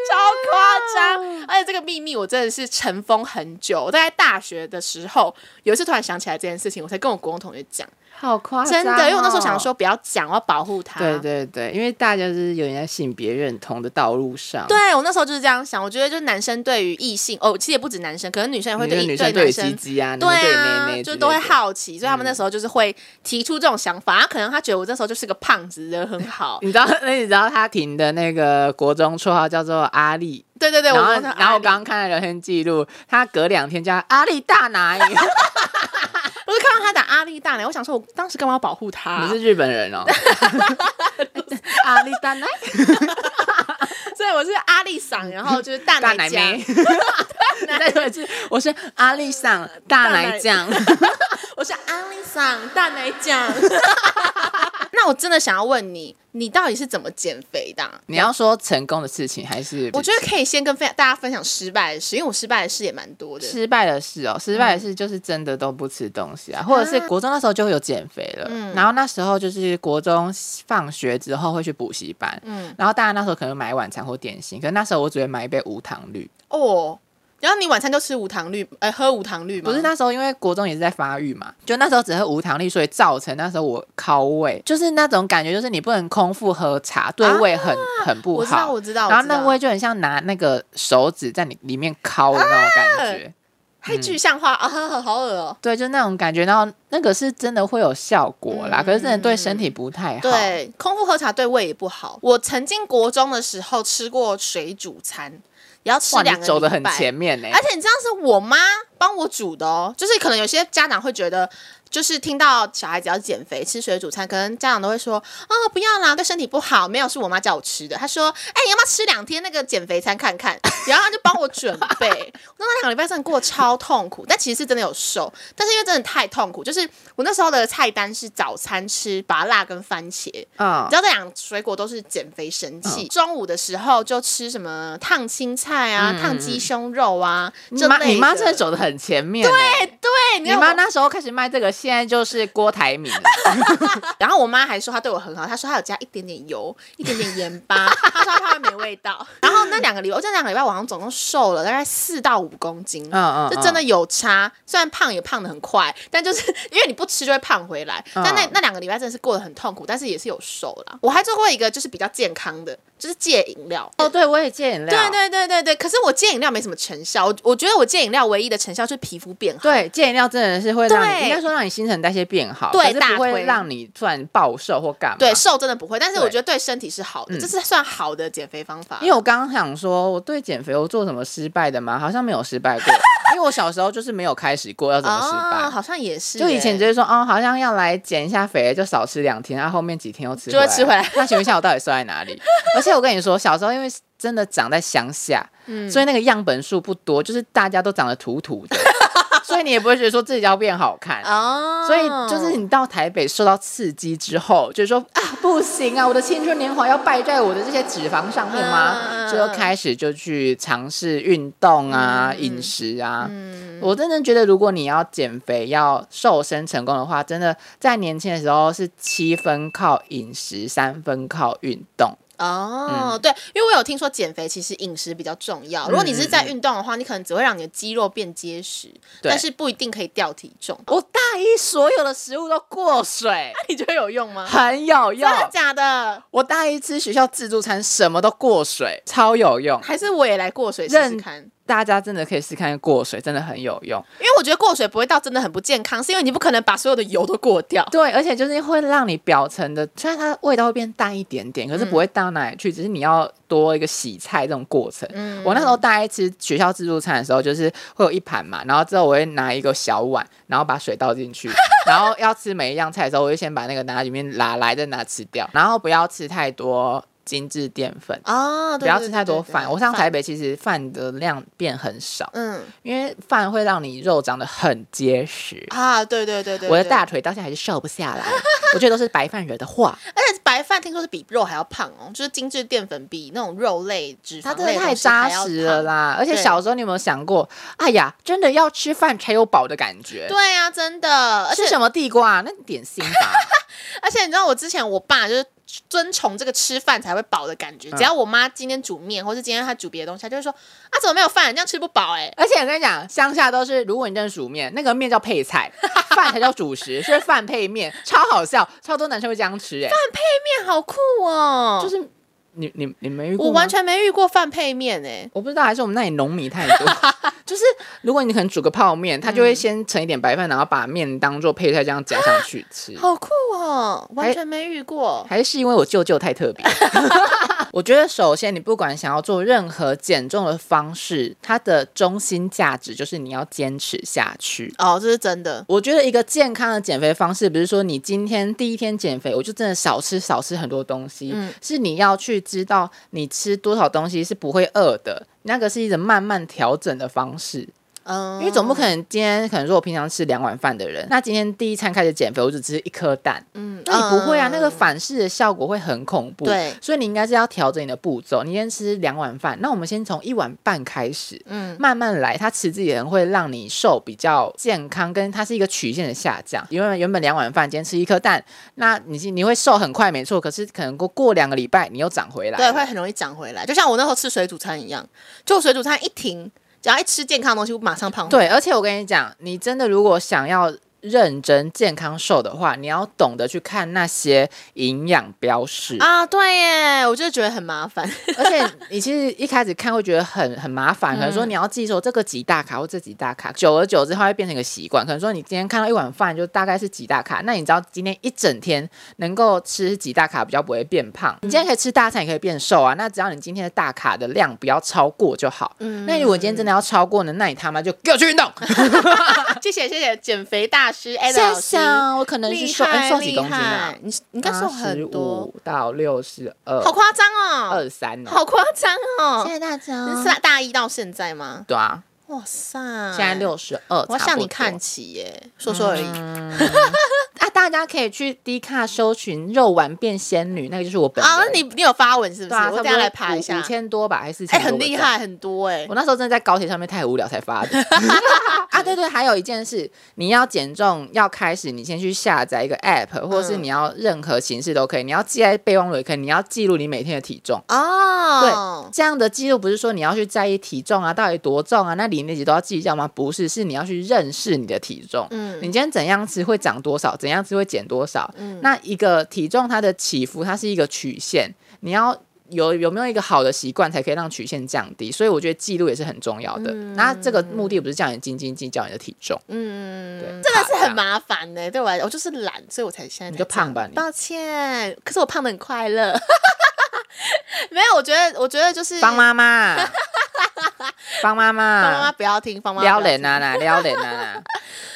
Speaker 1: 超夸 张！而且这个秘密我真的是尘封很久。我在大学的时候，有一次突然想起来这件事情，我才跟我国中同学讲，
Speaker 2: 好夸张、哦
Speaker 1: 真的，因为我那时候想。说啊不要讲，我要保护他。
Speaker 2: 对对对，因为大家就是有人在性别认同的道路上，
Speaker 1: 对我那时候就是这样想，我觉得就是男生对于异性，哦，其实也不止男生，可能女生也会
Speaker 2: 你
Speaker 1: 对
Speaker 2: 们
Speaker 1: 异
Speaker 2: 女生
Speaker 1: 男
Speaker 2: 对鸡
Speaker 1: 生。
Speaker 2: 鸡啊，你
Speaker 1: 对
Speaker 2: 们对
Speaker 1: 啊
Speaker 2: 妹妹，之
Speaker 1: 就
Speaker 2: 类
Speaker 1: 都会
Speaker 2: 的嗯
Speaker 1: 好奇，所以他们那时候就是会提出这种想法。啊可能他觉得我那时候就是个胖子，人很 好。
Speaker 2: 你知道，那你知道他停的那个国中绰号叫做阿力，
Speaker 1: 对对对，我
Speaker 2: 然后
Speaker 1: 我
Speaker 2: 然后我刚刚看了聊天记录，他隔两天叫他阿力大奶，
Speaker 1: 我就看到他打阿力大奶，我想说，我当时干嘛要保护他、
Speaker 2: 你是日本人哦，阿力大奶，
Speaker 1: 所以我是阿丽嗓，然后就是大
Speaker 2: 嗯大
Speaker 1: 奶
Speaker 2: 奶
Speaker 1: 酱
Speaker 2: 妹， 再说一次，我是阿丽桑大奶酱，
Speaker 1: 我是阿丽桑大奶 酱。 那我真的想要问你，你到底是怎么减肥的啊、
Speaker 2: 你要说成功的事情还是
Speaker 1: 我觉得可以先跟分大家分享失败的事，因为我失败的事也蛮多的。
Speaker 2: 失败的事哦，失败的事
Speaker 1: 嗯
Speaker 2: 就是真的都不吃东西啊，或者是国中那时候就有减肥了，
Speaker 1: 嗯
Speaker 2: 然后那时候就是国中放学之后会去补习班，
Speaker 1: 嗯
Speaker 2: 然后大家那时候可能买晚餐或点心，可是那时候我只会买一杯无糖绿，
Speaker 1: 哦，然后你晚餐就吃无糖绿，呃，喝无糖绿吗？
Speaker 2: 不是那时候因为国中也是在发育嘛，就那时候只喝无糖绿，所以造成那时候我靠胃，就是那种感觉，就是你不能空腹喝茶，对胃很、很不好。
Speaker 1: 啊我知道，我知道，我
Speaker 2: 然后
Speaker 1: 知
Speaker 2: 那
Speaker 1: 道
Speaker 2: 味就很像拿那个手指在你里面敲的那种感觉。嗯
Speaker 1: 太具象化啊，好恶哦、
Speaker 2: 对，就那种感觉，然后那个是真的会有效果啦，可是真的对身体不太好。，
Speaker 1: 嗯对，空腹喝茶对胃也不好。我曾经国中的时候吃过水煮餐，也要吃
Speaker 2: 哇，
Speaker 1: 两
Speaker 2: 你
Speaker 1: 个
Speaker 2: 走的很
Speaker 1: 礼拜
Speaker 2: 前面呢、
Speaker 1: 而且你知道是我妈帮我煮的哦，就是可能有些家长会觉得，就是听到小孩子要减肥吃水煮餐，可能家长都会说，哦不要啦，对身体不好。没有，是我妈叫我吃的。她说，哎、你要不要吃两天那个减肥餐看 看？然后她就帮我准备。我那两个礼拜真的过得超痛苦，但其实是真的有瘦，但是因为真的太痛苦，就是我那时候的菜单是早餐吃拔辣跟番茄，
Speaker 2: 嗯
Speaker 1: 你知，道这两个水果都是减肥神器。中午的时候就吃什么烫青菜啊、烫鸡胸肉啊，
Speaker 2: 嗯你
Speaker 1: 这
Speaker 2: 妈
Speaker 1: 类
Speaker 2: 你妈真的
Speaker 1: 的哎
Speaker 2: 走的很前面、对，
Speaker 1: 对，
Speaker 2: 你
Speaker 1: 看
Speaker 2: 妈
Speaker 1: 我？
Speaker 2: 那时候开始卖这个，现在就是郭台铭了。
Speaker 1: 然后我妈还说她对我很好，她说她有加一点点油、一点点盐巴， 她说她怕会没味 道。然后那两个礼拜，我这两个礼拜我好像总共瘦了大概四到五公斤。
Speaker 2: 嗯嗯，
Speaker 1: 这真的
Speaker 2: 嗯
Speaker 1: 有差，虽然胖也胖的很快，但就是因为你不吃就会胖回来。
Speaker 2: 嗯
Speaker 1: 但那那两个礼拜真的是过得很痛苦，但是也是有瘦啦。我还做过一个就是比较健康的，就是戒饮料。
Speaker 2: 哦，对，我也戒饮料。
Speaker 1: 对啊对对对对，可是我戒饮料没什么成效，我我觉得我戒饮料唯一的成效就是皮肤变好。
Speaker 2: 对，戒饮料真的是会让
Speaker 1: 对
Speaker 2: 你，应该说让你新陈代谢变好，
Speaker 1: 对
Speaker 2: 可
Speaker 1: 大
Speaker 2: 是不会
Speaker 1: 推
Speaker 2: 让你突然暴瘦或干嘛。
Speaker 1: 对，瘦真的不会，但是
Speaker 2: 对
Speaker 1: 我觉得对身体是好的，
Speaker 2: 嗯
Speaker 1: 这是算好的减肥方法。
Speaker 2: 因为我刚刚想说，我对减肥我做什么失败的吗？好像没有 失败过，因为我小时候就是没有开始过要怎么失败。
Speaker 1: 哦，好像也是欸、
Speaker 2: 就以前就是说，哦，好像要来减一下肥，就少吃两天，啊然、后后面几天又吃，
Speaker 1: 就会吃回来。
Speaker 2: 那请问一下，我到底瘦在哪 里？而且我跟你说，小时候因为真的长在乡下，
Speaker 1: 嗯
Speaker 2: 所以那个样本数不多，就是大家都长得土土 的，所以你也不会觉得说自己要变好看。
Speaker 1: 哦，
Speaker 2: 所以就是你到台北受到刺激之后，就是说啊，不行啊，我的青春年华要败在我的这些脂肪上面
Speaker 1: 嗯嗯
Speaker 2: 吗？
Speaker 1: 嗯
Speaker 2: 就开始就去尝试运动啊、
Speaker 1: 嗯
Speaker 2: 饮食啊。我真的觉得，如果你要减肥、要瘦身成功的话，真的在年轻的时候是七分靠饮食，三分靠运动。
Speaker 1: 哦、对，因为我有听说减肥其实饮食比较重要。如果你是在运动的话，你可能只会让你的肌肉变结实，
Speaker 2: 对
Speaker 1: 但是不一定可以掉体重。
Speaker 2: 我大一所有的食物都过水，
Speaker 1: 那 你觉得有用吗？
Speaker 2: 很有用
Speaker 1: 真。的假的？
Speaker 2: 我大一吃学校自助餐，什么都过水，超有用。
Speaker 1: 还是我也来过水试试
Speaker 2: 认
Speaker 1: 看？
Speaker 2: 大家真的可以试看过水，真的很有用。
Speaker 1: 因为我觉得过水不会到真的很不健康，是因为你不可能把所有的油都过掉。
Speaker 2: 对，而且就是会让你表层的，虽然它的味道会变淡一点点，可是不会淡到哪里去，只是你要多一个洗菜这种过程。
Speaker 1: 嗯
Speaker 2: 我那时候大概吃学校自助餐的时候，就是会有一盘嘛，然后之后我会拿一个小碗，然后把水倒进 去，然后要吃每一样菜的时候，我就先把那个拿里面拿来，再拿吃掉，然后不要吃太多精致淀粉。
Speaker 1: 哦，对
Speaker 2: 不要吃太多饭。我上台
Speaker 1: 北，
Speaker 2: 北其实饭的量变很少，
Speaker 1: 嗯
Speaker 2: 因为饭会让你肉长得很结实。
Speaker 1: 啊，对对对对，
Speaker 2: 我的
Speaker 1: 对
Speaker 2: 大，腿到现在还是瘦不下来，我觉得都是白饭惹 的祸。
Speaker 1: 而且白饭听说是比肉还要胖哦，就是精致淀粉比那种肉类、脂
Speaker 2: 它
Speaker 1: 肪
Speaker 2: 真
Speaker 1: 类的
Speaker 2: 的太
Speaker 1: 东西还
Speaker 2: 扎
Speaker 1: 要
Speaker 2: 实了
Speaker 1: 胖。
Speaker 2: 啦！而且
Speaker 1: 对
Speaker 2: 小时候你有没有想过，哎呀，真的要吃饭才有饱的感觉？
Speaker 1: 对啊，真的，而且
Speaker 2: 吃什么地瓜、啊那点心吧。
Speaker 1: 而且你知道，我之前我爸就是遵从这个吃饭才会饱的感
Speaker 2: 嗯
Speaker 1: 觉，只要我妈今天煮面，或是今天她煮别的东西，她就会说啊，怎么没有饭？这样吃不饱哎、
Speaker 2: 而且我跟你讲，乡下都是，如果你认煮面，那个面叫配菜，饭才叫主食，所以饭配面，超好笑，超多男生会这样吃、哎，
Speaker 1: 面好酷哦，
Speaker 2: 就是是你你你没遇过
Speaker 1: 我
Speaker 2: 吗
Speaker 1: 完全没遇过饭配面哎、
Speaker 2: 我不知道，还是我们那里农民太多， 就是如果你可能煮个泡面，它就
Speaker 1: 嗯
Speaker 2: 会先盛一点白饭，然后把面当做配菜这样夹上去吃。
Speaker 1: 好酷哦，完全没遇过。
Speaker 2: 还是因为我舅舅太特别。 我觉得首先，你不管想要做任何减重的方式，它的中心价值就是你要坚持下去。
Speaker 1: 哦，这是真的。
Speaker 2: 我觉得一个健康的减肥方式，不是说你今天第一天减肥，我就真的少吃少吃很多东西，
Speaker 1: 嗯
Speaker 2: 是你要去知道你吃多少东西是不会饿的，那个是一种慢慢调整的方式。
Speaker 1: 嗯，
Speaker 2: 因为总不可能今天可能说我平常吃两碗饭的人，那今天第一餐开始减肥，我只吃一颗蛋，
Speaker 1: 嗯，
Speaker 2: 那你不会啊，那个
Speaker 1: 嗯
Speaker 2: 反噬的效果会很恐怖。
Speaker 1: 对
Speaker 2: 所以你应该是要调整你的步骤。你先吃两碗饭，那我们先从一碗半开始，
Speaker 1: 嗯
Speaker 2: 慢慢来。它持之以恒会让你瘦比较健康，跟它是一个曲线的下降。因为原本两碗饭，今天吃一颗蛋，那你是你会瘦很快，没错。可是可能过过两个礼拜，你又长回来
Speaker 1: 对，
Speaker 2: 了。
Speaker 1: 会很容易长回来。就像我那时候吃水煮餐一样，就我水煮餐一停，只要一吃健康的东西，我马上胖。，
Speaker 2: 对，而且我跟你讲，你真的如果想要认真健康瘦的话，你要懂得去看那些营养标示。
Speaker 1: 啊，对耶，我就觉得很麻 烦。
Speaker 2: 而且你其实一开始看会觉得很很麻烦，可能说
Speaker 1: 嗯
Speaker 2: 你要记说这个几大卡或这几大卡，久而久之它会变成一个习惯。可能说你今天看到一碗饭就大概是几大卡，那你知道今天一整天能够吃几大卡比较不会变胖。你今天可以吃大餐，也可以变瘦啊。那只要你今天的大卡的量不要超过就好。
Speaker 1: 嗯
Speaker 2: 那如果今天真的要超过呢，那你他妈就给我去运动。
Speaker 1: 谢谢谢谢减肥大师 Ada
Speaker 2: 想
Speaker 1: 老师，
Speaker 2: 想我可能是
Speaker 1: 厉
Speaker 2: 瘦，哎
Speaker 1: 害
Speaker 2: 瘦
Speaker 1: 厉
Speaker 2: 几公斤啊
Speaker 1: 害？？你你应该瘦很多，
Speaker 2: 85到六十
Speaker 1: 好
Speaker 2: 二、
Speaker 1: 夸张哦，
Speaker 2: 二三哦。
Speaker 1: 好夸张哦。
Speaker 2: 谢啊大家
Speaker 1: 你是大一到现在吗？
Speaker 2: 对啊，嗯
Speaker 1: 哇塞，
Speaker 2: 现在，六十二，
Speaker 1: 我要向你看齐耶，说说而已。
Speaker 2: 嗯啊！大家可以去低卡搜寻“肉丸变仙女”，那个就是我本人
Speaker 1: 啊，那你你有发文是不是？
Speaker 2: 对啊，
Speaker 1: 我
Speaker 2: 差不
Speaker 1: 等下
Speaker 2: 多
Speaker 1: 来爬
Speaker 2: 五
Speaker 1: 一下
Speaker 2: 五。千多吧，还是
Speaker 1: 哎，
Speaker 2: 4000
Speaker 1: 很
Speaker 2: 多
Speaker 1: 厉
Speaker 2: 我这样。
Speaker 1: 害，很多哎
Speaker 2: 我。那时候真的在高铁上面太无聊才发 的啊！对对，还有一件事，你要减重要开始，你先去下载一个 app，或者是
Speaker 1: 嗯
Speaker 2: 你要任何形式都可以，你要记在备忘录也可以，你要记录你每天的体重。
Speaker 1: 哦，
Speaker 2: 这样的记录不是说你要去在意体重啊，到底多重啊，那里那几都要记一下吗？不是，是你要去认识你的体重。
Speaker 1: 嗯
Speaker 2: 你今天怎样吃会长多少，怎样吃会减多少。
Speaker 1: 嗯
Speaker 2: 那一个体重它的起伏，它是一个曲线，你要。有有没有一个好的习惯，才可以让曲线降低？所以我觉得记录也是很重要的。那这个目的不是叫你斤斤计较你的体重，
Speaker 1: 嗯，
Speaker 2: 对
Speaker 1: 真的是
Speaker 2: 怕
Speaker 1: 很
Speaker 2: 胖
Speaker 1: 麻烦呢、对我来，我就是懒，所以我才现在
Speaker 2: 你
Speaker 1: 才
Speaker 2: 就
Speaker 1: 这样
Speaker 2: 胖吧你
Speaker 1: 抱歉，可是我胖的很快乐。 没有，我觉得，我觉得就是
Speaker 2: 帮妈妈，帮妈
Speaker 1: 帮妈
Speaker 2: 妈
Speaker 1: 妈，不要听，帮妈妈不要
Speaker 2: 撩
Speaker 1: 听
Speaker 2: 脸啊啦，撩脸啊啦，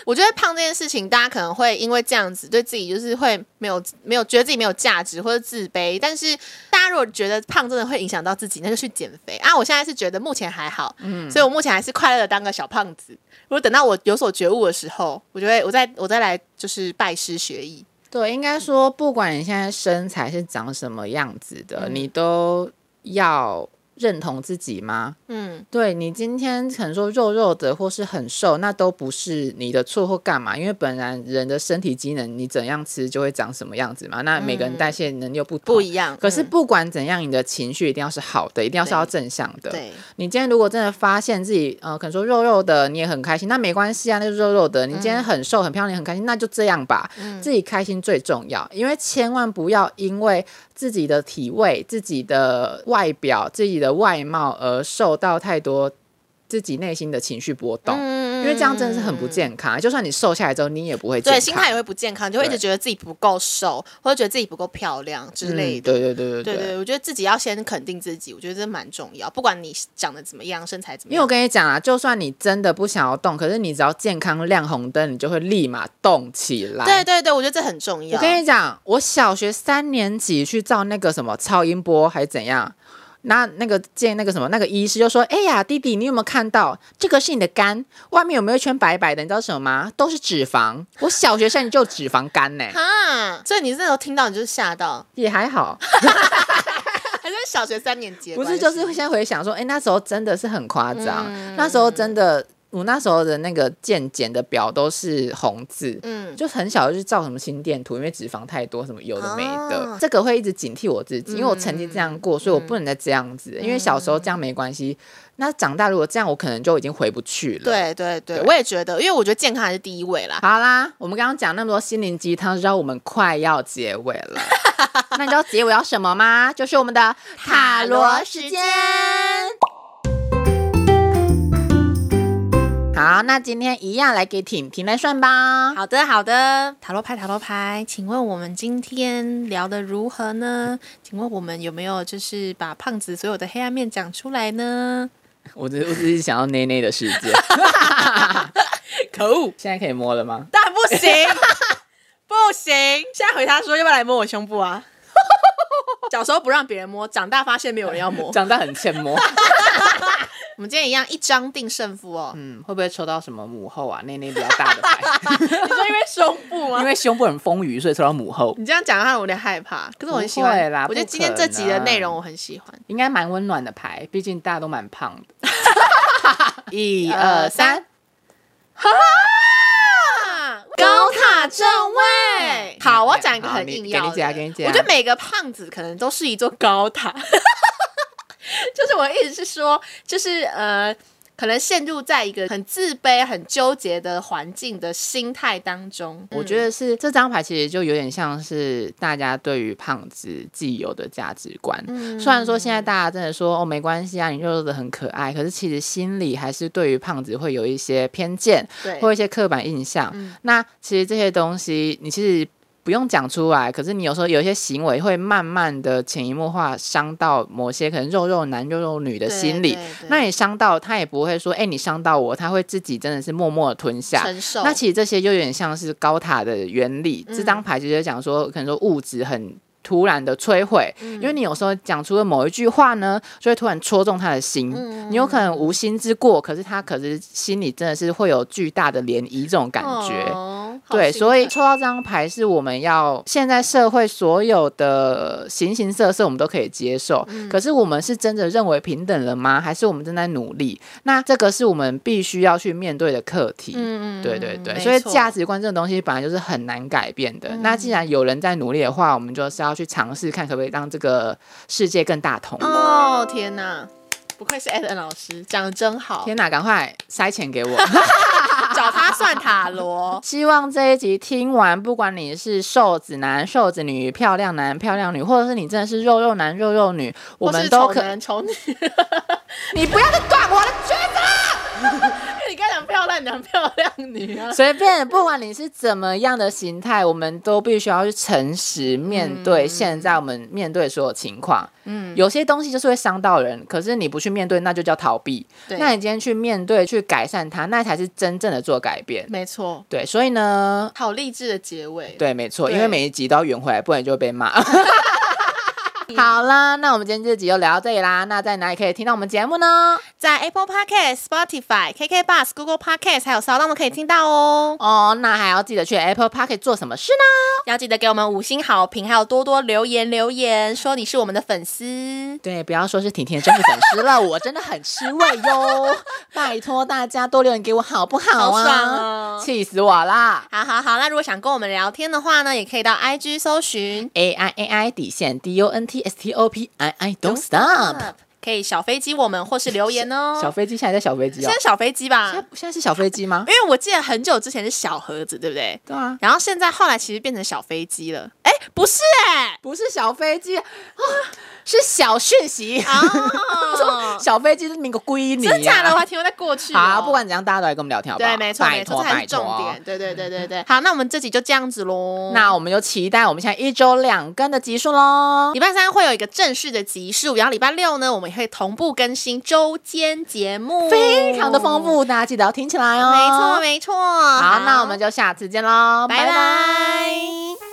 Speaker 1: 我觉得胖这件事情，大家可能会因为这样子对自己就是会没有没有觉得自己没有价值或者自卑。但是大家如果觉得胖真的会影响到自己，那就去减肥啊！我现在是觉得目前还好，嗯，所以我目前还是快乐的当个小胖子。如果等到我有所觉悟的时候，我就会我再我再来就是拜师学艺。
Speaker 2: 对，应该说，不管你现在身材是长什么样子的，
Speaker 1: 嗯
Speaker 2: 你都要认同自己吗？
Speaker 1: 嗯
Speaker 2: 对你今天可能说肉肉的，或是很瘦，那都不是你的错或干嘛，因为本来人的身体机能，你怎样吃就会长什么样子嘛。那每个人代谢能力又不
Speaker 1: 嗯
Speaker 2: 同
Speaker 1: 不一样
Speaker 2: 可是
Speaker 1: 嗯
Speaker 2: 不管怎样，你的情绪一定要是好的，一定要是要正向的。
Speaker 1: 对，
Speaker 2: 你今天如果真的发现自己呃，可能说肉肉的，你也很开心，那没关系啊，那就肉肉的。你
Speaker 1: 嗯
Speaker 2: 今天很瘦很漂亮，你很开心，那就这样吧，自己开心最重要。因为千万不要因为自己的体味、自己的外表、自己的外貌而受到太多自己内心的情绪波动，
Speaker 1: 嗯
Speaker 2: 因为这样真的是很不健康。就算你瘦下来之后，你也不会健
Speaker 1: 对，
Speaker 2: 康
Speaker 1: 心态也会不健康，就会一直
Speaker 2: 对
Speaker 1: 觉得自己不够瘦，或者觉得自己不够漂亮之类
Speaker 2: 嗯
Speaker 1: 的。
Speaker 2: 对对对对
Speaker 1: 对对，我觉得自己要先肯定自己，我觉得这蛮重要。不管你长得怎么样，身材怎么
Speaker 2: 因为我
Speaker 1: 样，
Speaker 2: 跟你讲啊，就算你真的不想要动，可是你只要健康亮红灯，你就会立马动起来。
Speaker 1: 对对对，我觉得这很重要。
Speaker 2: 我跟你讲，我小学三年级去照那个什么超音波还是怎样，那那个见那个什么那个医师就说：“哎呀，弟弟，你有没有看到这个是你的肝，外面有没有一圈白白的？你知道什么吗？都是脂肪。我小学三年级就有脂肪肝呢、
Speaker 1: 哈，所以你那时候听到你就是吓到，
Speaker 2: 也还好，
Speaker 1: 还是小学三年级的
Speaker 2: 不
Speaker 1: 关
Speaker 2: 是
Speaker 1: 系？
Speaker 2: 就是现在回想说，哎，那时候真的是很夸张，那时候真的。”我那时候的那个健检的表都是红字，
Speaker 1: 嗯，
Speaker 2: 就很小就照什么心电图，因为脂肪太多，什么有的没的，
Speaker 1: 哦嗯
Speaker 2: 这个会一直警惕我自己，因为我曾经这样过，所以我不能再这样子，因为小时候这样没关系，那长大如果这样，我可能就已经回不去了。。
Speaker 1: 对对对，
Speaker 2: 对
Speaker 1: 我也觉得，因为我觉得健康还是第一位啦。
Speaker 2: 好啦，我们刚刚讲那么多心灵鸡汤，知道我们快要结尾了。那你知道结尾要什么吗？就是我 们的
Speaker 1: 塔罗时间。
Speaker 3: 好，那今天一样来给婷婷来算吧。
Speaker 1: 好的，好的，塔罗牌，塔罗牌，请问我们今天聊得如何呢？请问我们有没有就是把胖子所有的黑暗面讲出来呢？
Speaker 2: 我只我只是想要内内的世 界，
Speaker 1: 可恶，
Speaker 2: 现在可以摸了吗？
Speaker 1: 但不 行，不行！现在回他说要不要来摸我胸部 啊？小时候不让别人摸，长大发现没有人要摸。
Speaker 2: 长大很欠摸，
Speaker 1: 我们今天一样一张定胜负哦。
Speaker 2: 嗯，会不会抽到什么母后啊？内内比较大的牌，
Speaker 1: 你说因为胸部
Speaker 2: 因？为胸部很丰腴，所以抽到母后，
Speaker 1: 你这样讲让我有点害怕，可是我很喜
Speaker 2: 不会
Speaker 1: 欢
Speaker 2: 啦
Speaker 1: 我觉得
Speaker 2: 不
Speaker 1: 今天
Speaker 2: 可
Speaker 1: 这集的
Speaker 2: 能
Speaker 1: 内容我很喜欢。
Speaker 2: 应该蛮温暖的牌，毕竟大家都蛮胖的。
Speaker 3: 一
Speaker 1: 呃
Speaker 3: 二三，
Speaker 1: 啊高塔正位，好，我要讲一个
Speaker 2: 好
Speaker 1: 很
Speaker 2: 你
Speaker 1: 硬
Speaker 2: 给
Speaker 1: 要
Speaker 2: 你啊
Speaker 1: 的
Speaker 2: 讲给你讲
Speaker 1: 我觉得每个胖子可能都是一座高塔， 就是我一直是说，就是呃，可能陷入在一个很自卑、很纠结的环境的心态当中。
Speaker 2: 我觉
Speaker 1: 得，
Speaker 2: 得是这张牌其实就有点像是大家对于胖子既有的价值观。虽然说现在大家真的说哦没关系啊，你肉肉的很可爱，可是其实心里还是对于胖子会有一些偏见，
Speaker 1: 对，
Speaker 2: 或一些刻板印象。
Speaker 1: 嗯
Speaker 2: 那其实这些东西，你其实不用讲出来，可是你有时候有一些行为会慢慢的潜移默化伤到某些可能肉肉男、肉肉女的
Speaker 1: 对
Speaker 2: 心理
Speaker 1: 对对。
Speaker 2: 那你伤到他也不会说，哎、你伤到我，他会自己真的是默默的吞下。
Speaker 1: 承受。
Speaker 2: 那其实这些就有点像是高塔的原理。
Speaker 1: 嗯
Speaker 2: 这张牌其实就讲说，可能说物质很。突然的摧毁，
Speaker 1: 嗯
Speaker 2: 因为你有时候讲出了某一句话呢，就会突然戳中他的心。
Speaker 1: 嗯
Speaker 2: 你有可能无心之过，可是他可是心里真的是会有巨大的涟漪这种感觉。
Speaker 1: 哦好
Speaker 2: 对，
Speaker 1: 心
Speaker 2: 所以
Speaker 1: 疼
Speaker 2: 抽到这张牌是我们要现在社会所有的形形色色我们都可以接受，
Speaker 1: 嗯
Speaker 2: 可是我们是真的认为平等了吗？还是我们正在努力？那这个是我们必须要去面对的课题。
Speaker 1: 嗯嗯，
Speaker 2: 对对对，
Speaker 1: 没
Speaker 2: 所以
Speaker 1: 错嗯
Speaker 2: 价值观这种东西本来就是很难改变的。那既然有人在努力的话，我们就是要去尝试看可不可以让这个世界更大同。
Speaker 1: 哦，天哪！不愧是 Eden 老师，讲的真好，
Speaker 2: 天哪，啊赶快塞钱给我！。
Speaker 1: 找他算塔罗
Speaker 2: 希望这一集听完，不管你是瘦子男、瘦子女、漂亮男、漂亮女，或者是你真的是肉肉男、肉肉女，我们都
Speaker 1: 或是
Speaker 2: 可
Speaker 1: 丑。男 丑女，
Speaker 2: 你不要再断我的圈子！
Speaker 1: 你刚讲漂亮男漂亮女啊，
Speaker 2: 随便，不管你是怎么样的形态，我们都必须要去诚实面
Speaker 1: 嗯
Speaker 2: 对现在我们面对所有情况。嗯，有些东西就是会伤到人，可是你不去面对，那就叫逃避。
Speaker 1: 对
Speaker 2: 那你今天去面对、去改善它，那才是真正的做改变。
Speaker 1: 没错，
Speaker 2: 对，所以呢，
Speaker 1: 好励志的结尾。
Speaker 2: 对，没错，因
Speaker 1: 对
Speaker 2: 为每一集都要圆回来，不然就会被骂。 好啦，那我们今天这集就聊到这里啦。那在哪里可以听到我们节目呢？
Speaker 1: 在 Apple Podcast、Spotify、KK Bus、Google Podcast 还有骚浪都可以听到哦。
Speaker 2: 哦，那还要记得去 Apple Park 做什么事呢？
Speaker 1: 要记得给我们五星好评，还有多多留言留言，说你是我们的粉丝。
Speaker 2: 对，不要说是婷婷的真粉丝了，我真的很吃味哟。拜托大家多留言给我好不
Speaker 1: 好
Speaker 2: 好啊？
Speaker 1: 爽哦
Speaker 2: 气死我啦
Speaker 1: 好好好，那如果想跟我们聊天的话呢，也可以到 IG 搜寻
Speaker 2: ！A I A I 底线 D U N T S T O P I I Don't Stop。
Speaker 1: Up，可以小飞机我们或是留言哦。
Speaker 2: 小飞机现在在小飞机
Speaker 1: 现
Speaker 2: 哦
Speaker 1: 在，小飞机啊吧，
Speaker 2: 现在
Speaker 1: 因
Speaker 2: 现在是小飞机 吗？
Speaker 1: 为我记得很久之前是小盒子，对不对？
Speaker 2: 对啊，
Speaker 1: 然后现在后来其实变成小飞机了。哎，不是哎、
Speaker 2: 不是小飞机啊，是小讯息。
Speaker 1: 哦
Speaker 2: 小飞机是民国归你、啊，
Speaker 1: 真假的，我还停留在过去、哦。
Speaker 2: 好、不管怎样，大家都来跟我们聊天，好不好？
Speaker 1: 对，没错，
Speaker 2: 拜
Speaker 1: 没
Speaker 2: 托，
Speaker 1: 错，这才
Speaker 2: 拜
Speaker 1: 是重
Speaker 2: 托。
Speaker 1: 点。对对对对对。啊嗯好，那我们这集就这样子喽。
Speaker 2: 那我们就期待我们现在一周两更的集数喽。
Speaker 1: 礼拜三会有一个正式的集数，然后礼拜六呢，我们也会同步更新周间节目，
Speaker 2: 非常的丰。富，大家记得要听起来哦。
Speaker 1: 没错，没错。
Speaker 2: 好，那我们就下次见喽，
Speaker 1: 拜
Speaker 2: 拜
Speaker 1: 拜